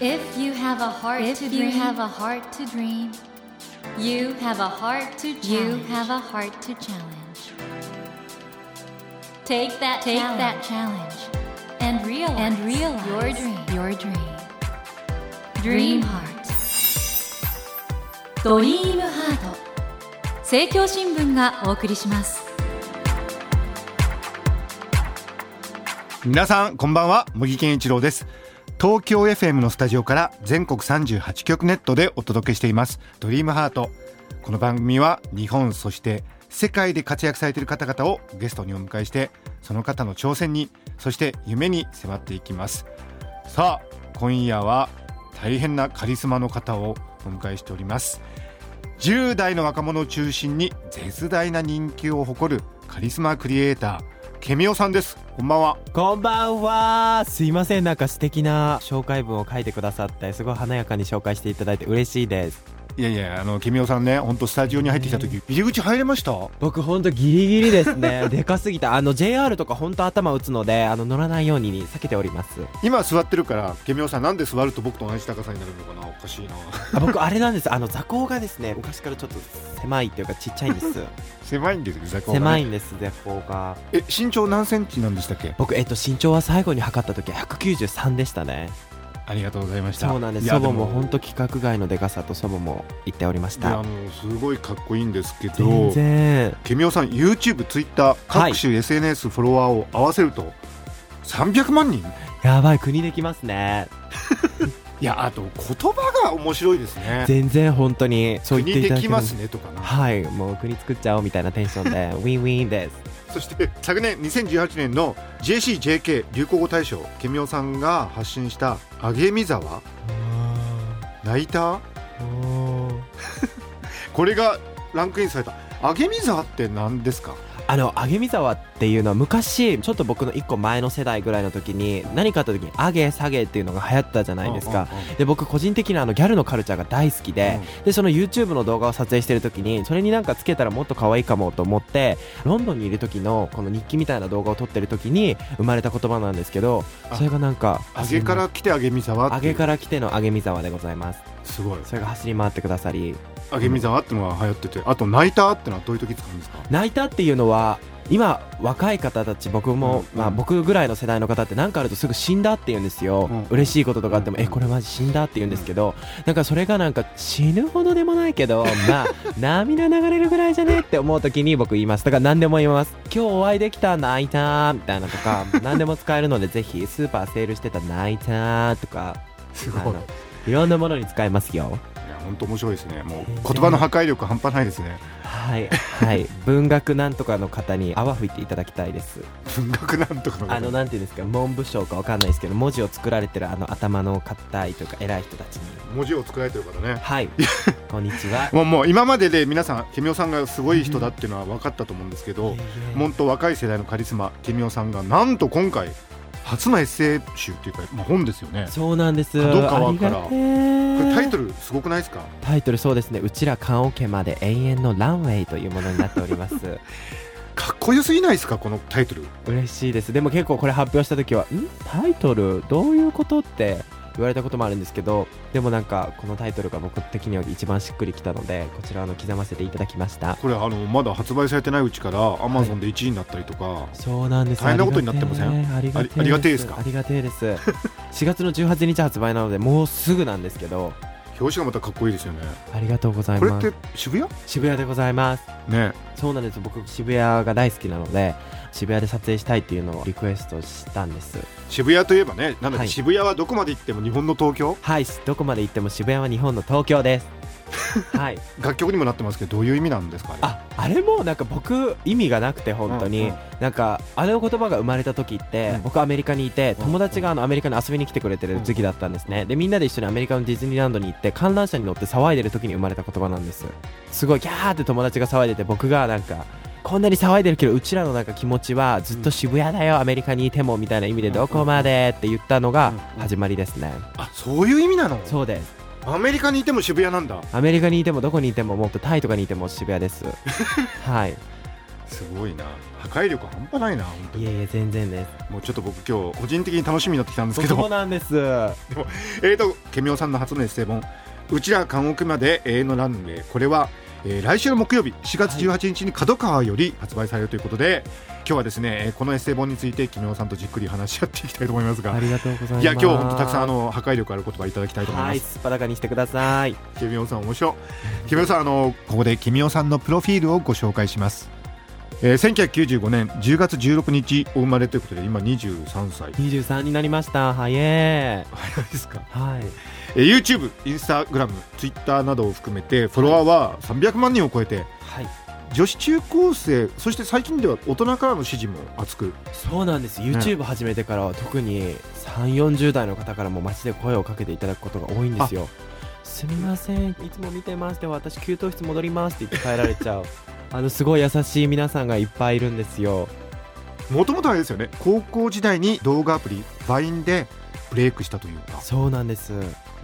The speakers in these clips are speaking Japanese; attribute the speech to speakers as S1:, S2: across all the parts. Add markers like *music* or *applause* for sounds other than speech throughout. S1: If you have a heart to dream, you have a heart to dream. You have a heart to you have a heart to challenge. Take that take that challenge and real and realize your dream your dream. Dream heart. ドリームハート政教新聞がお送りします。
S2: 皆さんこんばんは茂木健一郎です東京 FM のスタジオから全国38局ネットでお届けしています「ドリームハートこの番組は日本そして世界で活躍されている方々をゲストにお迎えしてその方の挑戦にそして夢に迫っていきますさあ今夜は大変なカリスマの方をお迎えしております10代の若者を中心に絶大な人気を誇るカリスマクリエイターケミオさんですこんばんは
S3: こんばんはすいませんなんか素敵な紹介文を書いてくださってすごい華やかに紹介していただいて嬉しいです
S2: いやいや、あの、ケミオさんね、本当スタジオに入ってきた時、入り口入れました。
S3: 僕ほんとギリギリですね *laughs* でかすぎたあの JR とかほんと頭打つのであの乗らないように避けております
S2: 今座ってるから、ケミオさん、なんで座ると僕と同じ高さになるのかな、おかしいな。
S3: あ僕あれなんですあの座高がですね昔からちょっと狭いっていうかちっちゃいんです
S2: *laughs*
S3: *laughs*
S2: 狭いんですよ、座高がね
S3: 狭いんです座高が
S2: え、身長何センチなんでしたっけ。
S3: 僕えっと身長は最後に測った時193でしたね
S2: ありがとうございました。
S3: そうなんです
S2: いや
S3: 祖母も
S2: で
S3: ほんと規格外のでかさと祖母も言っておりまし
S2: いや
S3: た
S2: あの、すごいかっこいいんですけ
S3: 全
S2: ど。
S3: 然
S2: ケミオさん、YouTube、Twitter、各種 SNS フォロワーを合わせると。300万人
S3: やばい国できますね
S2: いやあと言葉が面白いですね
S3: *laughs* 全然本当にそう言っ
S2: 国
S3: ていた
S2: で
S3: だ
S2: き
S3: けま
S2: ます
S3: す
S2: ねとかな
S3: はいもう国作っちゃおうみたいなテンショ
S2: *laughs*
S3: ンでウィンウィンです
S2: そして昨年2018年の JCJK 流行語大賞ケミオさんが発信した「あげみざわ」「泣いた」これがランクインされた「あげみざわ」って何ですか
S3: あの揚げみざわっていうのは昔ちょっと僕の一個前の世代ぐらいの時に何かあった時に揚げ下げっていうのが流行ったじゃないですか
S2: うんうんうん
S3: で僕個人的にあのギャルのカルチャーが大好きで、でその YouTube の動画を撮影してる時にそれになんかつけたらもっと可愛いかもと思ってロンドンにいる時のこの日記みたいな動画を撮ってる時に生まれた言葉なんですけど
S2: あ
S3: それがなんか
S2: 揚げから来てあげみざわ
S3: 揚げから来ての揚げみざわでございます
S2: すごい
S3: それが走り回ってくださり
S2: あげみざわってのが流行っててあと「泣いた」ってのはどういう時使うんですか
S3: 泣いたっていうのは今若い方たち僕も、
S2: うん
S3: まあ、僕ぐらいの世代の方って何かあるとすぐ死んだって言うんですよ、
S2: うん
S3: 嬉しいこととかあっても、
S2: うん
S3: えこれマジ死んだって言うんですけど、なんかそれがなんか死ぬほどでもないけど *laughs* まあ涙流れるぐらいじゃねって思う時に僕言いますだから何でも言います今日お会いできた泣いたみたいなと
S2: *laughs*
S3: か何でも使えるのでぜひスーパーセールしてた泣いたとか
S2: す
S3: あ
S2: ごいい
S3: のいろんなものに使えますよ
S2: や本当面白いですねもう言葉の破壊力半端ないですね
S3: はいはい文学なんとかの方に泡吹いていただきたい
S2: *laughs*
S3: です
S2: 文学なんとか
S3: あのなんていうんですか文部省かわかんないですけど文字を作られてるあの頭の硬いというか偉い人たちに
S2: 文字を作られてるからね
S3: はいこんにちは
S2: もうもう今までで皆さんケミオさんがすごい人だっていうのは分かったと思うんですけど、もっと若い世代のカリスマケミオさんがなんと今回初のエッセイ集っていうか、まあ、本ですよね
S3: そうなんです
S2: 角川から
S3: ありがて
S2: こ
S3: ー
S2: れタイトルすごくないですか
S3: タイトルそうですねうちら棺桶まで永遠のランウェイというものになっております
S2: かっこよすぎないですかこのタイトル
S3: 嬉しいですでも結構これ発表した時はんタイトルどういうことって言われたこともあるんですけどでもなんかこのタイトルが僕的には一番しっくりきたのでこちらあの刻ませていただきました
S2: これあのまだ発売されてないうちからアマゾンで1位になったりとか、
S3: そうなんです
S2: 大変なことになってません
S3: ありがて
S2: ありあり
S3: え
S2: がてえですか
S3: ありがてえです4月の18日発売なのでもうすぐなんですけど
S2: 表紙がまたかっこいいですよね
S3: ありがとうござい
S2: これ
S3: ま
S2: っ
S3: す
S2: て渋谷
S3: 渋谷でございます
S2: ね
S3: そうなんです僕渋谷が大好きなので渋谷で撮影したいっていうのをリクエストしたんです
S2: 渋谷といえばねなんだっけ、
S3: はい
S2: 渋谷はどこまで行っても日本の東京
S3: はいどこまで行っても渋谷は日本の東
S2: *laughs*
S3: 京ですはい
S2: 楽曲にもなってますけどどういう意味なんですかあれ
S3: ああれもなんか僕意味がなくて本当に、
S2: うんうん
S3: なんかあの言葉が生まれた時って、
S2: うん
S3: 僕アメリカにいて
S2: うん
S3: 友達があのアメリカに遊びに来てくれてる時期だったんですね、でみんなで一緒にアメリカのディズニーランドに行って観覧車に乗って騒いでる時に生まれた言葉なんですすごいギャーって友達が騒いでて僕がなんかこんなに騒いでるけどうちらのなんか気持ちはずっと渋谷だよアメリカにいてもみたいな意味でどこまでって言ったのが始まりですね
S2: あそういう意味なの
S3: そうです
S2: アメリカにいても渋谷なんだ
S3: *laughs* アメリカにいてもどこにいてももっとタイとかにいても渋谷ですはい
S2: すごいな破壊力半端ないな本当
S3: い
S2: に
S3: やいや全然です
S2: もうちょっと僕今日個人的に楽しみになってきたんですけ
S3: 僕も
S2: ど
S3: なんですは
S2: えーとケミオさんの初のエッセイ本「うちら監獄まで永遠のランウェイ」これは、えー来週の木曜日4月18日に角川より発売されるということで、今日はですねえーこのエッセイ本についてケミオさんとじっくり話し合っていきたいと思いますが
S3: ありがとうございます
S2: いや今日本当たくさんあの破壊力ある言葉いただきたいと思いま
S3: はい
S2: す。
S3: すっぱらかにしてください
S2: ケミオさん面白い。ケミオさんあのここでケミオさんのプロフィールをご紹介します。えー、1995年10月16日お生まれということで今23歳
S3: 23になりました早え
S2: ですか。
S3: はい
S2: えー、YouTube、Instagram、Twitter などを含めてフォロワーは300万人を超えて
S3: はい
S2: 女子中高生そして最近では大人からの支持も厚く
S3: そうなんです YouTube 始めてからは特に3 4 0代の方からも街で声をかけていただくことが多いんですよすみませんいつも見てますで私給湯室戻りますって言って帰られちゃうあのすごい優しい皆さんがいっぱいいるんですよ
S2: もともとあれですよね高校時代に動画アプリ Vine でブレイクしたというか
S3: そうなんです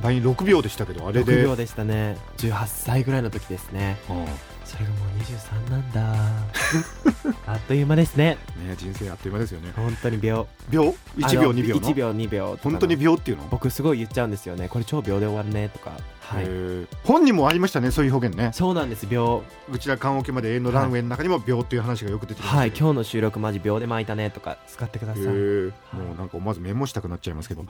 S2: Vine6 秒でしたけどあれ
S3: 6
S2: で、
S3: 秒でしたね18歳ぐらいの時ですね
S2: うん
S3: それがもう23なんだ *laughs* あっという間ですね
S2: ね、人生あっという間ですよね
S3: 本当に秒
S2: 秒1秒
S3: あの
S2: 2秒の
S3: 1秒2秒とかの
S2: 本当に秒っていうの、
S3: 僕すごい言っちゃうんですよねこれ超秒で終わるねとかは
S2: へ
S3: い
S2: ー本にもありましたねそういう表現ね
S3: そうなんです秒
S2: うちら棺桶まで永遠のランウェイの中にも秒っていう話がよく出てきます
S3: はい今日の収録マジ秒で巻いたねとか使ってください
S2: へ
S3: 秒
S2: ーもうなんか思わずメモしたくなっちゃいますけど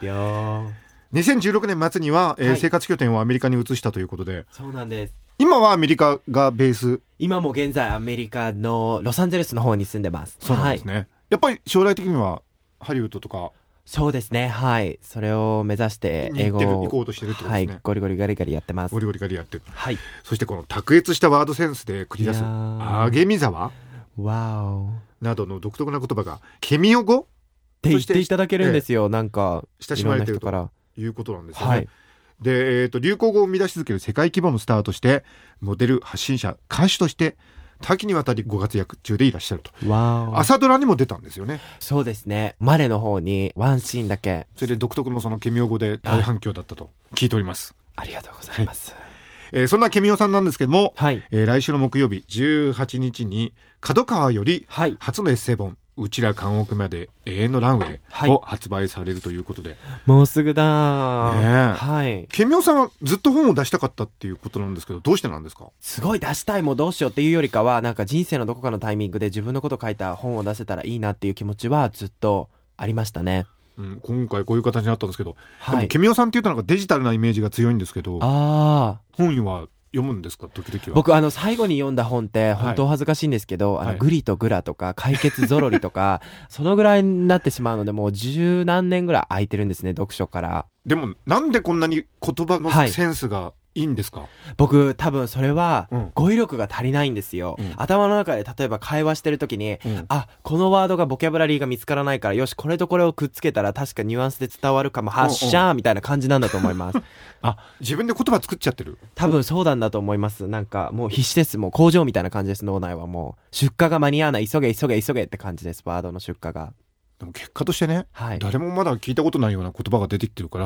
S2: 2016年末には、えー
S3: はい
S2: 生活拠点をアメリカに移したということで
S3: そうなんです
S2: 今はアメリカがベース
S3: 今も現在アメリカのロサンゼルスの方に住んでます
S2: そうなん
S3: は
S2: で
S3: い
S2: すね、やっぱり将来的にはハリウッドとか
S3: そうですねはいそれを目指して英語
S2: に行って
S3: を
S2: る行こうとしてるってこと
S3: は
S2: です
S3: い
S2: ね、
S3: ゴリゴリガリガリやってます
S2: ゴリゴリガリやってる
S3: はい
S2: そしてこの卓越したワードセンスで繰り出す
S3: いやー
S2: 上げ見沢
S3: わお
S2: などの独特な言葉がケミオ語
S3: って言
S2: そ
S3: っ
S2: して
S3: ていただけるんですよなんか
S2: 親
S3: い
S2: し
S3: ろ
S2: ま
S3: ん
S2: れ
S3: な
S2: てる
S3: 人
S2: と
S3: から
S2: いうことなんですよね、
S3: はい
S2: で、えー、と流行語を生み出し続ける世界規模のスターとしてモデル発信者歌手として多岐にわたりご活躍中でいらっしゃると
S3: わお
S2: 朝ドラにも出たんですよね
S3: そうですねマレの方にワンシーンだけ
S2: それで独特のそのケミオ語で大反響だったと聞いております、
S3: ありがとうございます
S2: えーそんなケミオさんなんですけども、
S3: はい
S2: えー来週の木曜日18日に角川より
S3: はい
S2: 初のエッセイ本「うちら監獄まで永遠のランウェイ」
S3: はい
S2: を発売されるということで、
S3: もうすぐだ
S2: ねえ
S3: はい
S2: ケミオさんはずっと本を出したかったっていうことなんですけどどうしてなんですか
S3: すごい出したいもうどうしようっていうよりかはなんか人生のどこかのタイミングで自分のこと書いた本を出せたらいいなっていう気持ちはずっとありましたね
S2: うん、今回こういう形になったんですけど、
S3: は
S2: でも
S3: い
S2: ケミオさんっていうとなんかデジタルなイメージが強いんですけど
S3: ああ
S2: 本は読むんですか時々は
S3: 僕あの最後に読んだ本っ
S2: い
S3: て本当お恥ずかしいんですけど、
S2: は
S3: あの
S2: い
S3: グリとグラとか解決ゾロリとか *laughs* そのぐらいになってしまうのでもう十何年ぐらい空いてるんですね読書から
S2: でもなんでこんなに言葉の
S3: はい
S2: センスがいいんですか、
S3: 僕多分それは
S2: うん
S3: 語彙力が足りないんですよ、
S2: うん
S3: 頭の中で例えば会話してる時に
S2: うん
S3: あこのワードがボキャブラリーが見つからないからよしこれとこれをくっつけたら確かニュアンスで伝わるかも発射みたいな感じなんだと思います
S2: あ自分で言葉作っちゃってる
S3: 多分そうなんだと思いますなんかもう必死ですもう工場みたいな感じです脳内はもう出荷が間に合わない急げ急げ急げって感じですワードの出荷が
S2: でも結果としてね
S3: はい
S2: 誰もまだ聞いたことないような言葉が出てきてるか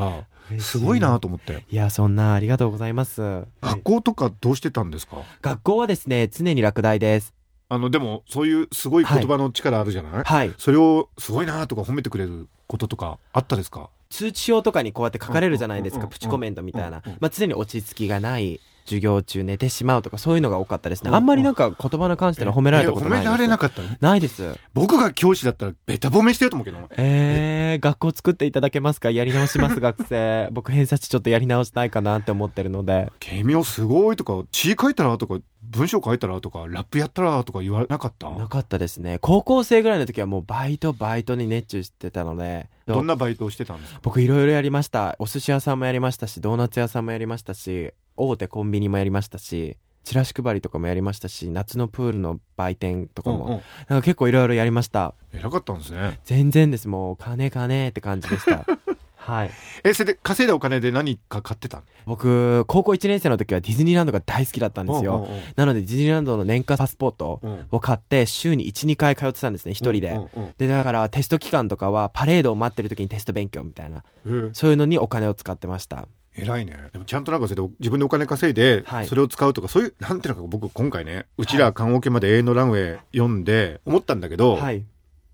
S2: らすごいなと思って
S3: いやそんなありがとうございます、はい
S2: 学校とかどうしてたんですか、
S3: 学校はですね常に落第です
S2: あのでもそういうすごい言葉の力あるじゃない、
S3: はい
S2: それをすごいなとか褒めてくれることとかあったですか
S3: 通知表とかにこうやって書かれるじゃないです
S2: うんう
S3: か
S2: んうんうん
S3: プチコメントみたいな
S2: うんうん、
S3: まあ、常に落ち着きがない授業中寝てしまうとかそういうのが多かったです
S2: うん
S3: ね
S2: うん
S3: あんまりなんか言葉の関しての褒められたことない
S2: えー
S3: です
S2: 褒められなかったね
S3: ないです
S2: 僕が教師だったらベタ褒めしてると思うけどな
S3: えー、学校作っていただけますかやり直します学生 *laughs* 僕偏差値ちょっとやり直したいかなって思ってるので
S2: 「ケミオすごい」とか「詩書いたら」とか「文章書いたら」とか「ラップやったら」とか言われなかった
S3: *laughs* なかったですね高校生ぐらいの時はもうバイトバイトに熱中してたので
S2: どんなバイトをしてたんですか
S3: 僕いろいろやりましたお寿司屋さんもやりましたしドーナツ屋さんもやりましたし大手コンビニもやりましたしチラシ配りとかもやりましたし夏のプールの売店とかも、
S2: うんうん
S3: なんか結構いろいろやりました
S2: 偉かったんですね
S3: 全然ですもう金金って感じでした *laughs* はい
S2: えそれで稼いだお金で何か買ってたん
S3: 僕高校1年生の時はディズニーランドが大好きだったんですよ、なのでディズニーランドの年間パスポート
S2: うんうんうん
S3: を買って週に12回通ってたんですね一人で、
S2: うんうん
S3: でだからテスト期間とかはパレードを待ってる時にテスト勉強みたいな
S2: うんへえ
S3: そういうのにお金を使ってました
S2: 偉いねでもちゃんとなんかそれで自分でお金稼いで
S3: はい
S2: それを使うとか、そういうなんていうのか僕今回ねうちら棺桶まで永遠のランウェイ読んで思ったんだけど、
S3: はい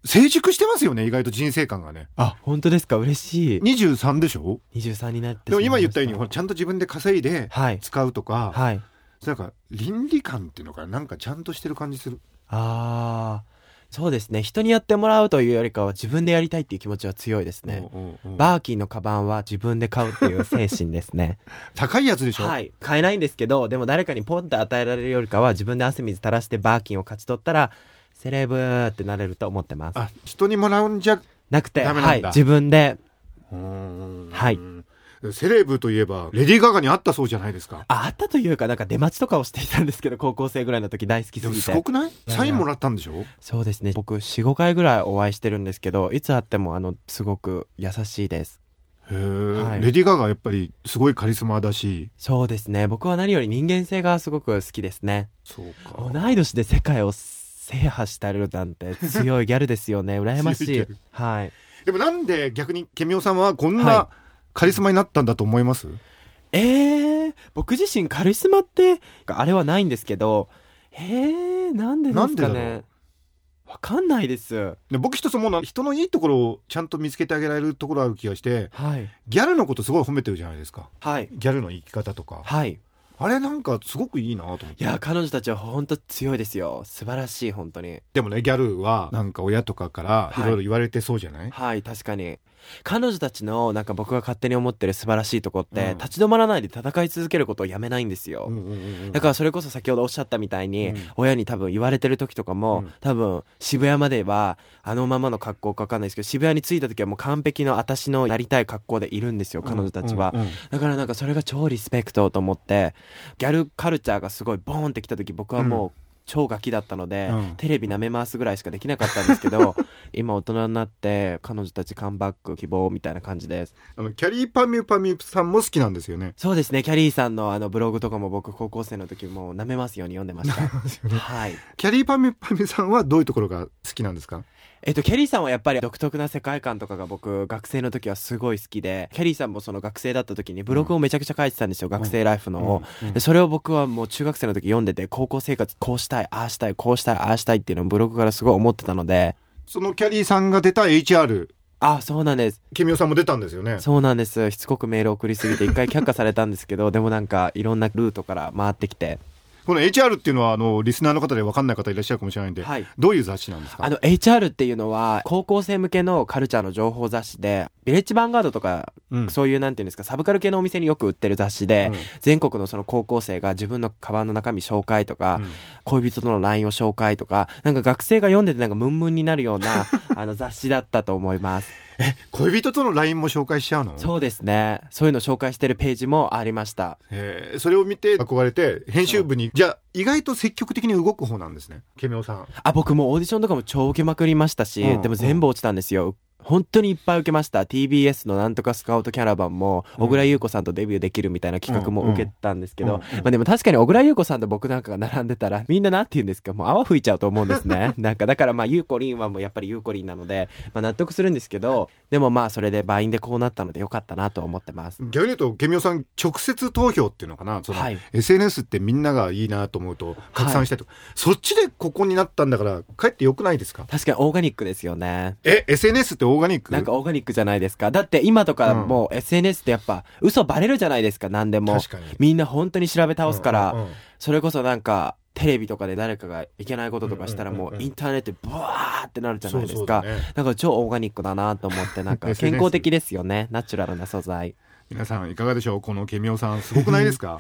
S2: 成熟してますよね意外と人生観がね
S3: あ本当ですか嬉しい
S2: 23でしょ
S3: 23になって
S2: でも今言ったように
S3: し
S2: ほ
S3: まい
S2: らちゃんと自分で稼いで
S3: ましたはい
S2: 使うとか、
S3: はい
S2: なんか倫理観っていうのかななんかちゃんとしてる感じする
S3: あーそうですね人にやってもらうというよりかは自分でやりたいっていう気持ちは強いですね
S2: うんうんうん
S3: バーキンのカバンは自分で買うっていう精神ですね
S2: 高いやつでしょ、
S3: はい買えないんですけどでも誰かにポンって与えられるよりかは自分で汗水垂らしてバーキンを勝ち取ったらセレブーってなれると思ってます
S2: あ人にもらうんじゃ
S3: なくて
S2: ダメなん
S3: はい
S2: だ
S3: 自分で
S2: は
S3: はい
S2: セレブといえばレディー・ガガに会ったそうじゃないですか
S3: ああったというかなんか出待ちとかをしていたんですけど高校生ぐらいの時大好き
S2: ですも
S3: ぎ
S2: すご
S3: て
S2: くない
S3: や
S2: サインもらったんでしょ
S3: そうですね僕45回ぐらいお会いしてるんですけどいつ会ってもあのすごく優しいです
S2: へえ、
S3: はい
S2: レディー・ガガはやっぱりすごいカリスマだし
S3: そうですね僕は何より人間性がすごく好きですね
S2: そう
S3: 同い年で世界を制覇したるなんて強いギャルですよね羨まし
S2: *laughs* 強いギ
S3: い
S2: ャル
S3: はい
S2: でもなんで逆にケミオさんはこんな
S3: は
S2: カリスマになったんだと思います、
S3: えー、僕自身カリスマってあれはないんですけどえー、なんでです
S2: な
S3: か
S2: んでだろ
S3: ねわかんないです
S2: で僕一つもうな人のいいところをちゃんと見つけてあげられるところある気がして
S3: はい
S2: ギャルのことすごい褒めてるじゃないですか
S3: はい
S2: ギャルの生き方とか
S3: はい
S2: あれなんかすごくいいなと思っ
S3: い
S2: て
S3: や彼女たちは本当強いですよ素晴らしい本当に
S2: でもねギャルはなんか親とかからいろいろ言われてそうじゃない、
S3: はい確かに彼女たちのなんか僕が勝手に思ってる素晴らしいとこって、
S2: うん
S3: 立ち止まらないで戦い続けることをやめないんですよ、
S2: うんうんうんうん
S3: だからそれこそ先ほどおっしゃったみたいに、
S2: うん
S3: 親に多分言われてる時とか
S2: う
S3: も、
S2: ん
S3: 多分渋谷まではあのままの格好かわかんないですけど渋谷に着いた時はもう完璧の私のやりたい格好でいるんですよ彼女たちは、
S2: うんうんうん
S3: だからなんかそれが超リスペクトと思ってギャルカルチャーがすごいボーンってきた時僕はもう超ガキだったので、
S2: うん
S3: テレビ舐め回すぐらいしかできなかったんですけ
S2: *laughs*
S3: ど今大人になって彼女たちカムバック希望みたいな感じです
S2: あのキャリーパミュパミュさんも好きなんですよ *laughs* ね。
S3: そうですねキャリーさんのあのブログとかも僕高校生の時もう舐めますように読んで
S2: *laughs*
S3: ましたはい
S2: キャリーパミュパミュさんはどういうところが好きなんですか？
S3: えっと、キャリーさんはやっぱり独特な世界観とかが僕学生の時はすごい好きでキャリーさんもその学生だった時にブログをめちゃくちゃ書いてたんですよ、学生ライフのを、
S2: うんうん
S3: でそれを僕はもう中学生の時読んでて高校生活こうしたいああしたいこうしたいああしたいっていうのをブログからすごい思ってたので
S2: そのキャリーさんが出た HR
S3: あそうなんです
S2: ケミオさんも出たんですよね。
S3: そうなんですしつこくメール送りすぎて一回却下されたんですけど *laughs* でもなんかいろんなルートから回ってきて
S2: この HR っていうのはあのリスナーの方で分かんない方いらっしゃるかもしれないんで、
S3: はい
S2: どういう雑誌なんですか？
S3: あの HR っていうのは高校生向けのカルチャーの情報雑誌でビレッジヴァンガードとか
S2: うん
S3: そういうなんていうんですかサブカル系のお店によく売ってる雑誌で、
S2: うん
S3: 全国のその高校生が自分のカバンの中身紹介とか、
S2: うん
S3: 恋人との LINE を紹介とかなんか学生が読んでてなんかムンムンになるよう
S2: *laughs*
S3: なあの雑誌だったと思います
S2: 恋人との LINE も紹介しちゃうの？
S3: そうですねそういうの紹介してるページもありました
S2: へえそれを見て憧れて編集部にじゃあ意外と積極的に動く方なんですね。ケミオさん。
S3: あ僕もオーディションとかも超受けまくりましたし、
S2: うん
S3: でも全部落ちたんですよ本当にいっぱい受けました TBS のなんとかスカウトキャラバンも
S2: うん
S3: 小倉優子さんとデビューできるみたいな企画も受けたんですけ
S2: うん
S3: ど、
S2: うん
S3: まあ、でも確かに小倉優子さんと僕なんかが並んでたらみんななんて言うんですかもう泡吹いちゃうと思うんです
S2: *laughs*
S3: ねなんかだからまあゆうこりんはもうやっぱりゆうこりんなので、まあ、納得するんですけどでもまあそれでバインでこうなったのでよかったなと思ってます
S2: 逆に言うとケミオさん直接投票っていうのかなその、
S3: はい
S2: SNS ってみんながいいなと思うと拡散したいとか、そっちでここになったんだからかえってよくないですか
S3: 確かにオーガニックですよね
S2: え SNS ってオーガニック
S3: なんかオーガニックじゃないですか。だって今とかもう SNS ってやっぱ嘘バレるじゃないですか、何でも。
S2: 確かに
S3: みんな本当に調べ倒すから、
S2: うんうんうん
S3: それこそなんかテレビとかで誰かがいけないこととかしたらも
S2: うんうんうん
S3: う
S2: うん
S3: インターネットでブワーってなるじゃないです
S2: そう
S3: か。
S2: そうだね
S3: だから超オーガニックだなと思って、なんか
S2: SNS
S3: 健康的ですよね。ナチュラルな素材。
S2: 皆さんいかがでしょうこのケミオさんすごくないですか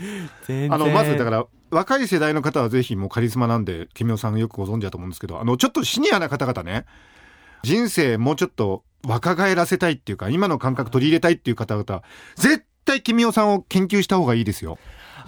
S3: 全然。
S2: あのまずだから若い世代の方はぜひもうカリスマなんでケミオさんよくご存知だと思うんですけどあのちょっとシニアな方々ね人生もうちょっと若返らせたいっていうか今の感覚取り入れたいっていう方々絶対ケミオさんを研究した方がいいですよ。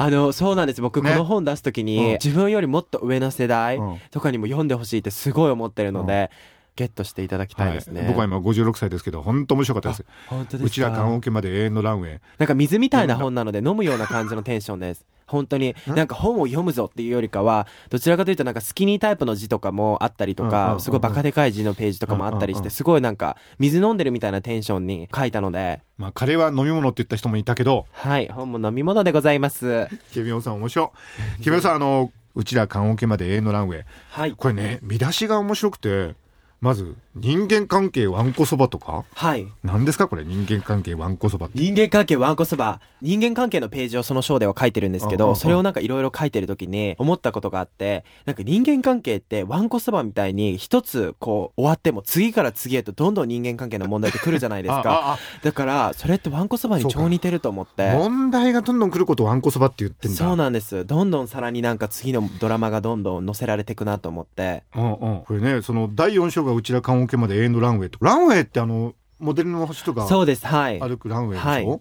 S3: あの、そうなんです。僕こ
S2: ね
S3: の本出すときに、
S2: うん
S3: 自分よりもっと上の世代
S2: うん
S3: とかにも読んでほしいってすごい思ってるので、ゲットしていただきたいですね。
S2: 僕は今56歳ですけど本当面白かったです
S3: 本当ですか
S2: うちら棺桶まで永遠のランウェイ *laughs*
S3: なんか水みたいな本なので飲むような感じのテンションです。本当になんか本を読むぞっていうよりかはどちらかというとなんかスキニータイプの字とかもあったりと
S2: うんうんうん
S3: か
S2: うん
S3: すごいバカでかい字のページとかもあったり
S2: うんうんう
S3: し
S2: ん
S3: てすごいなんか水飲んでるみたいなテンションに書いたので
S2: まあ、カレーは飲み物って言った人もいたけど、
S3: はい本も飲み物でございます
S2: ケビオンさん面白い。ケビオンさん、あの、うちら棺桶まで永遠のランウェイ。
S3: はい
S2: これね、見出しが面白くて、まず、人間関係わんこそばとか
S3: はい
S2: 何ですかこれ、人間関係わんこそばって。
S3: 人間関係わんこそば人間関係のページをその章では書いてるんですけ
S2: うんうんう
S3: ど
S2: ん
S3: それをなんかいろいろ書いてる時に思ったことがあってなんか人間関係ってわんこそばみたいに一つこう終わっても次から次へとどんどん人間関係の問題ってくるじゃないですか
S2: ああ
S3: だからそれってわんこそばに超似てると思っ
S2: あ
S3: て
S2: 問題がどんどん来ることをわんこそばって言ってんだ。
S3: そうなんですどんどんさらになんか次のドラマがどんどん載せられてくなと思って
S2: うんうん、これねその第4章がうちら棺桶まで永遠のランウェイとランウェイってあのモデルの人が
S3: そうですはい
S2: 歩くランウェイでしょ、
S3: はい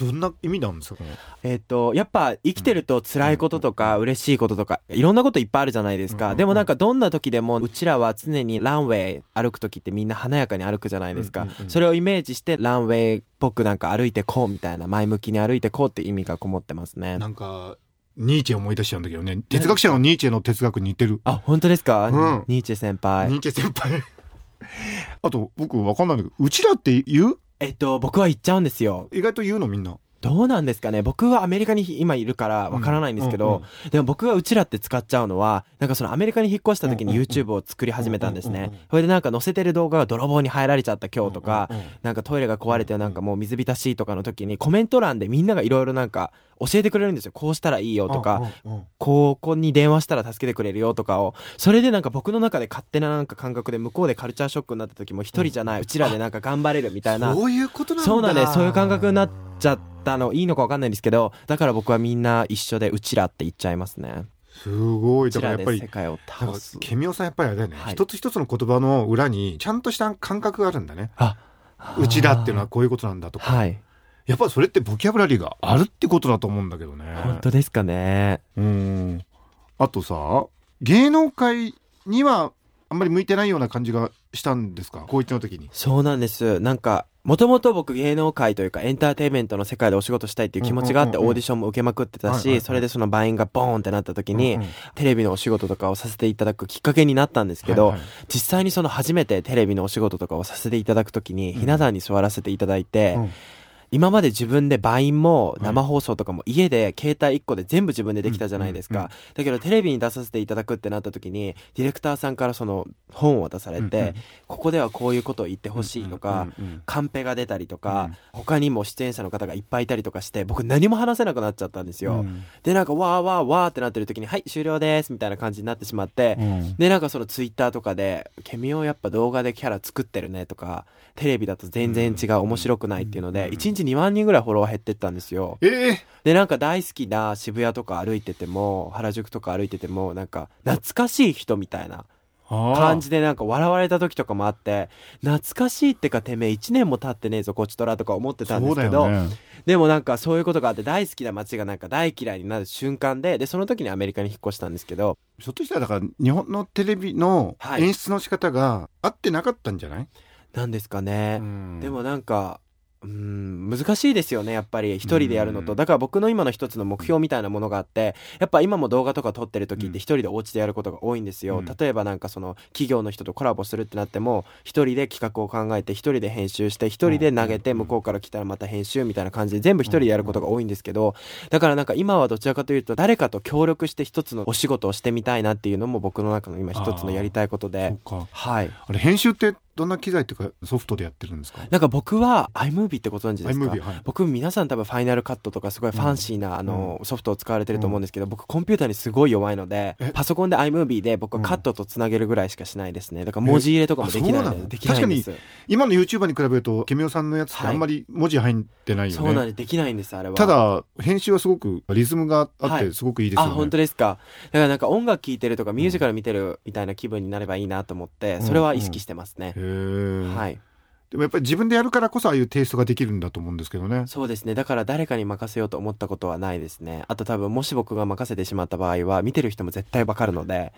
S2: どんな意味なんですかこの
S3: えっ、と、やっぱ生きてると辛いこととか嬉しいこととか、いろんなこといっぱいあるじゃないです
S2: うんうんう
S3: か。
S2: ん
S3: でもなんかどんな時でも、うちらは常にランウェイ歩く時ってみんな華やかに歩くじゃないです
S2: うん
S3: か
S2: うんうん。
S3: それをイメージしてランウェイっぽくなんか歩いてこうみたいな、前向きに歩いてこうって意味がこもってますね。
S2: なんかニーチェ思い出しちゃうんだけどね哲学者のニーチェの哲学に似てる、
S3: あ、本当ですか、
S2: うん
S3: ニーチェ先輩
S2: ニ。ーチェ先輩 *laughs* あと僕わかんないんだけどうちらって言う
S3: えっと、僕は行っちゃうんですよ。
S2: 意外と言うのみんな
S3: どうなんですかね僕はアメリカに今いるからわからないんですけど、
S2: うんうん
S3: でも僕がうちらって使っちゃうのは、なんかそのアメリカに引っ越した
S2: う
S3: 時
S2: ん
S3: に
S2: うん
S3: YouTube を作り始めたんです
S2: うんう
S3: ね
S2: んうん。
S3: それでなんか載せてる動画が泥棒に入られちゃった今日とか
S2: うんうんうん、
S3: なんかトイレが壊れてなんかもう水浸しとかの時にコメント欄でみんながいろいろなんか教えてくれるんですよ。こうしたらいいよとか、
S2: うんうん
S3: ここに電話したら助けてくれるよとかをそれでなんか僕の中で勝手ななんか感覚で向こうでカルチャーショックになった時も一人じゃないうちらでなんか頑張れるみたいな
S2: そういうことなんだ
S3: そうなんですそういう感覚になっちゃったのいいのかわかんないんですけどだから僕はみんな一緒でうちらって言っちゃいますね
S2: すごいうだ
S3: ち
S2: からや
S3: ら
S2: っ
S3: で
S2: ぱり
S3: 世界を
S2: なん
S3: 倒
S2: か
S3: す
S2: ケミオさんやっぱりあれだよね、
S3: はい
S2: 一つ一つの言葉の裏にちゃんとした感覚があるんだね
S3: あ
S2: うちらっていうのはこういうことなんだとか
S3: はい
S2: やっぱりそれってボキャブラリーがあるってことだと思うんだけどね
S3: 本当ですかね
S2: うんあとさ芸能界にはあんまり向いてないような感じがしたんですか高一の時に
S3: そうなんですなんかもともと僕芸能界というかエンターテインメントの世界でお仕事したいっていう気持ちがあっ
S2: う
S3: て
S2: んうんうんうん
S3: オーディションも受けまくってた
S2: はいはいはい
S3: しそれでそのバインがボーンってなった時に
S2: うんうん
S3: テレビのお仕事とかをさせていただくきっかけになったんですけど
S2: はいはい
S3: 実際にその初めてテレビのお仕事とかをさせていただく時にひな壇に座らせていただいて、
S2: うん
S3: 今まで自分でバインも
S2: い
S3: 生放送とかも家で携帯1個で全部自分でできたじゃないです
S2: うんうん
S3: か。だけどテレビに出させていただくってなった時に、ディレクターさんからその本を渡され
S2: うんうん
S3: て、ここではこういうことを言ってほしいとか、
S2: うんうんうん
S3: カンペが出たりとか、他にも出演者の方がいっぱいいたりとかして、僕何も話せなくなっちゃったんです
S2: う
S3: よ。
S2: ん
S3: で、なんかわーわーわーってなってる時に、はい、終了ですみたいな感じになってしまって、
S2: うん
S3: でなんかそのツイッターとかで「ケミオやっぱ動画でキャラ作ってるね」とかテレビだと全然違う面白くないっていうので1日2万人ぐらいフォロワー減ってったんですよ
S2: ええ
S3: でなんか大好きな渋谷とか歩いてても原宿とか歩いててもなんか懐かしい人みたいな
S2: あー
S3: 感じでなんか笑われた時とかもあって懐かしいってかてめえ1年も経ってねえぞこっちとらとか思ってたんで
S2: そう
S3: す
S2: だ
S3: けど、
S2: よね
S3: でもなんかそういうことがあって大好きな街がなんか大嫌いになる瞬間ででその時にアメリカに引っ越したんですけど
S2: ひょっとしたらだから日本のテレビの
S3: はい
S2: 演出の仕方が合ってなかったんじゃない、
S3: なんですかね、
S2: うん
S3: でもなんか、うん、難しいですよね、やっぱり一人でやるの
S2: う
S3: と。
S2: ん
S3: だから僕の今の一つの目標みたいなものがあって、やっぱ今も動画とか撮ってる時っ
S2: うん
S3: て一人でお家でやることが多いんですよ。
S2: うん
S3: 例えばなんかその企業の人とコラボするってなっても、一人で企画を考えて、一人で編集して、一人で投げて、
S2: うん
S3: 向こうから来たらまた編集みたいな感じで全部一人でやることが多いんですけど、だからなんか今はどちらかというと誰かと協力して一つのお仕事をしてみたいなっていうのも僕の中の今一つのやりたいこと
S2: そ
S3: で
S2: う。か
S3: はい。
S2: あれ編集ってどんな機材っていうかソフトでやってるんですか
S3: なんか僕は iMovie ってご存知ですか
S2: iMovie はい
S3: 僕皆さん多分ファイナルカットとかすごいファンシーな、あのソフトを使われてると思うんですけど、僕コンピューターにすごい弱いので
S2: え
S3: パソコンで iMovie で僕はカットとつなげるぐらいしかしないですねだから文字入れとかもできな
S2: え
S3: い
S2: あ
S3: の
S2: そうなの
S3: でできないんです
S2: 今の YouTuber に比べるとケミオさんのやつってあんまり文字入ってないよね、
S3: そうなんですできないんですあれは
S2: ただ編集はすごくリズムがあっ
S3: は
S2: て
S3: い
S2: すごくいいですよ
S3: あ
S2: ね、
S3: 本当ですかだからなんか音楽聴いてるとかミュージカル見てるみたいな気分になればいいなと思ってそれは意識してますね、
S2: へえ、
S3: はい
S2: でもやっぱり自分でやるからこそああいうテイストができるんだと思うんですけどね
S3: そうですね。だから誰かに任せようと思ったことはないですね。あと多分もし僕が任せてしまった場合は見てる人も絶対わかるので、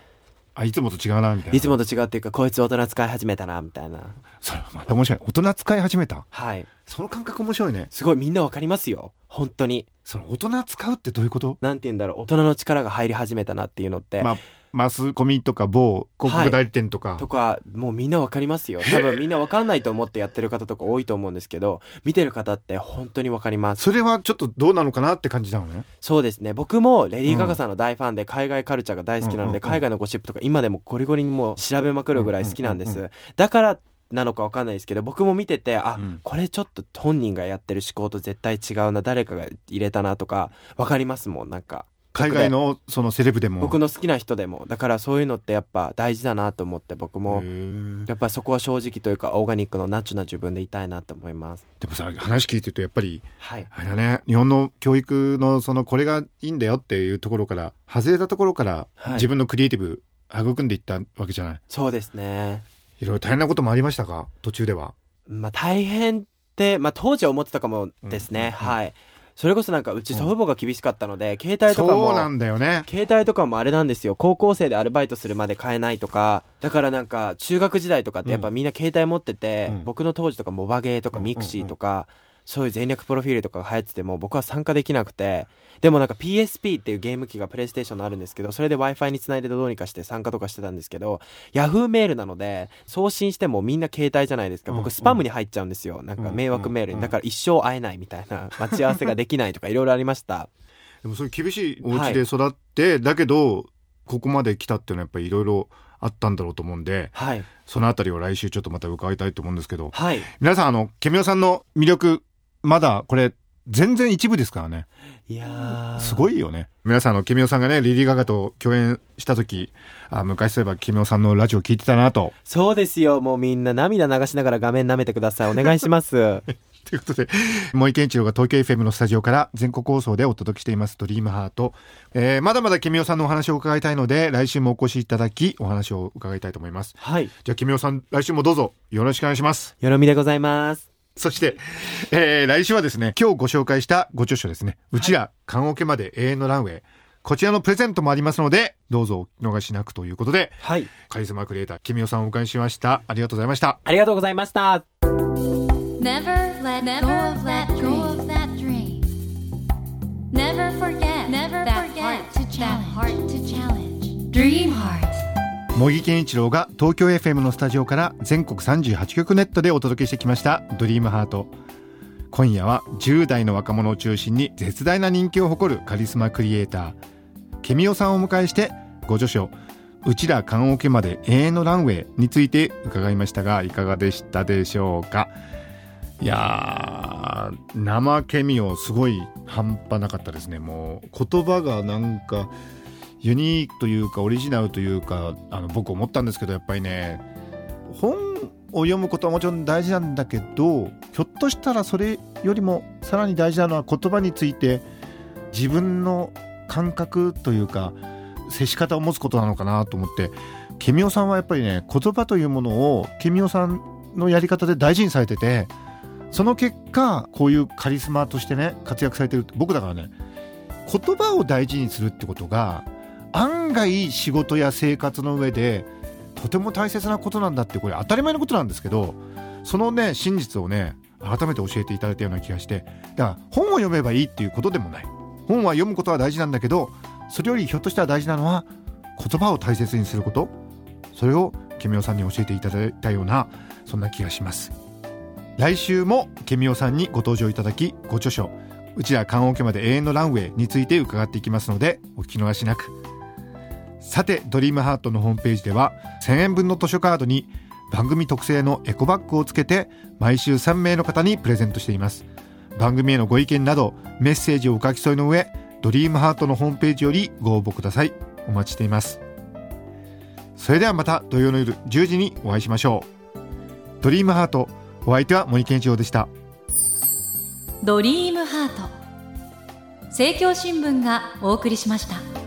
S2: あいつもと違うなみたいない
S3: つもと違うっていうかこいつ大人使い始めたなみたいな
S2: それまた面白い大人使い始めた
S3: はい
S2: その感覚面白いね
S3: すごいみんなわかりますよ本当に
S2: その大人使うってどういうこと
S3: なんて言うんだろう大人の力が入り始めたなっていうのって、
S2: まあマスコミとか某広告代理店とか、
S3: とかもうみんなわかりますよ多分みんなわかんないと思ってやってる方とか多いと思うんですけど見てる方って本当にわかります
S2: それはちょっとどうなのかなって感じなのね
S3: そうですね僕もレディー・ガガさんの大ファンで海外カルチャーが大好きなので
S2: うんうんうん
S3: 海外のゴシップとか今でもゴリゴリにもう調べまくるぐらい好きなんで
S2: うんうん
S3: すだからなのかわかんないですけど僕も見ててあ
S2: うん
S3: これちょっと本人がやってる思考と絶対違うな誰かが入れたなとかわかりますもんなんか
S2: 海外のそのセレブでも
S3: 僕の好きな人でもだからそういうのってやっぱ大事だなと思って僕も
S2: へー
S3: やっぱりそこは正直というかオーガニックのナチュな自分でいたいなと思います。
S2: でもさ話聞いてるとやっぱり
S3: はい。
S2: あれだね日本の教育のそのこれがいいんだよっていうところから外れたところから
S3: はい
S2: 自分のクリエイティブ育んでいったわけじゃない、い
S3: そうですね。
S2: ろいろ大変なこともありましたか途中では
S3: まあ大変って、まあ当時は思ってたかもですね。
S2: うんうんうん
S3: はい。それこそなんかうち祖父母が厳しかったので、携帯とかも。
S2: そうなんだよね
S3: 携帯とかもあれなんですよ高校生でアルバイトするまで買えないとかだからなんか中学時代とかってやっぱみんな携帯持ってて、
S2: うん
S3: 僕の当時とかモバゲーとか
S2: うん
S3: ミクシーとか、そういう全略プロフィールとかが流行ってても僕は参加できなくてでもなんか PSP っていうゲーム機がプレイステーションのあるんですけどそれで w i f i につないでどうにかして参加とかしてたんですけど Yahoo メールなので送信してもみんな携帯じゃないですか
S2: うんう
S3: 僕
S2: ん
S3: スパムに入っちゃうんですよなんか迷惑メール
S2: うんうんう
S3: に
S2: ん
S3: だから一生会えないみたいな待ち合わせができないとかいろいろありました。
S2: でもそういう厳しいお家で育って、だけどここまで来たっていうのはやっぱりいろいろあったんだろうと思うんで
S3: はい、
S2: そのあたりを来週ちょっとまた伺いたいと思うんですけど
S3: はい
S2: *laughs* 皆さんあのケミオさんの魅力まだこれ全然一部ですからね
S3: いやー
S2: すごいよね皆さんあのケミオさんがねリリー・ガガと共演した時あ昔そういえばケミオさんのラジオ聞いてたなと
S3: そうですよ。もうみんな涙流しながら画面舐めてください。お願いします。
S2: ということで、森健一郎が東京 FM のスタジオから全国放送でお届けしています、ドリームハート。えーまだまだケミオさんのお話を伺いたいので、来週もお越しいただき、お話を伺いたいと思います。
S3: *laughs* はい。
S2: じゃあ、ケミオさん、来週もどうぞよろしくお願いします。
S3: よろみでございます。
S2: そして、えー来週はですね、今日ご紹介したご著書ですね、うちら、棺桶まで永遠のランウェイ。こちらのプレゼントもありますので、どうぞお逃しなくということで、
S3: はい。
S2: カリスマクリエイター、ケミオさんをお迎えしました。ありがとうございました。
S3: ありがとうございました。
S1: Never let never go of that go of that dream. Never forget never that forget heart to challenge heart to challenge. Dream heart.
S2: 茂木健一郎が東京 FM のスタジオから全国38局ネットでお届けしてきました「ドリームハート今夜は10代の若者を中心に絶大な人気を誇るカリスマクリエイターケミオさんをお迎えしてご著書「うちら棺桶まで永遠のランウェイ」について伺いましたがいかがでしたでしょうかいやー生ケミオすごい半端なかったですねもう言葉がなんかユニークというかオリジナルというかあの僕思ったんですけどやっぱりね本を読むことはもちろん大事なんだけどひょっとしたらそれよりもさらに大事なのは言葉について自分の感覚というか接し方を持つことなのかなと思ってケミオさんはやっぱりね言葉というものをケミオさんのやり方で大事にされててその結果こういうカリスマとしてね活躍されてる僕だからね言葉を大事にするってことが案外仕事や生活の上でとても大切なことなんだってこれ当たり前のことなんですけどそのね真実をね改めて教えていただいたような気がしてだから本を読めばいいっていうことでもない本は読むことは大事なんだけどそれよりひょっとしたら大事なのは言葉を大切にすることそれをケミオさんに教えていただいたようなそんな気がします来週もケミオさんにご登場いただきご著書うちら棺桶まで永遠のランウェイについて伺っていきますのでお聞き逃しなくさてドリームハートのホームページでは1000円分の図書カードに番組特製のエコバッグをつけて毎週3名の方にプレゼントしています番組へのご意見などメッセージをお書き添えの上ドリームハートのホームページよりご応募くださいお待ちしていますそれではまた土曜の夜10時にお会いしましょうドリームハートお相手は森健一郎でした
S1: ドリームハート。政教新聞がお送りしました。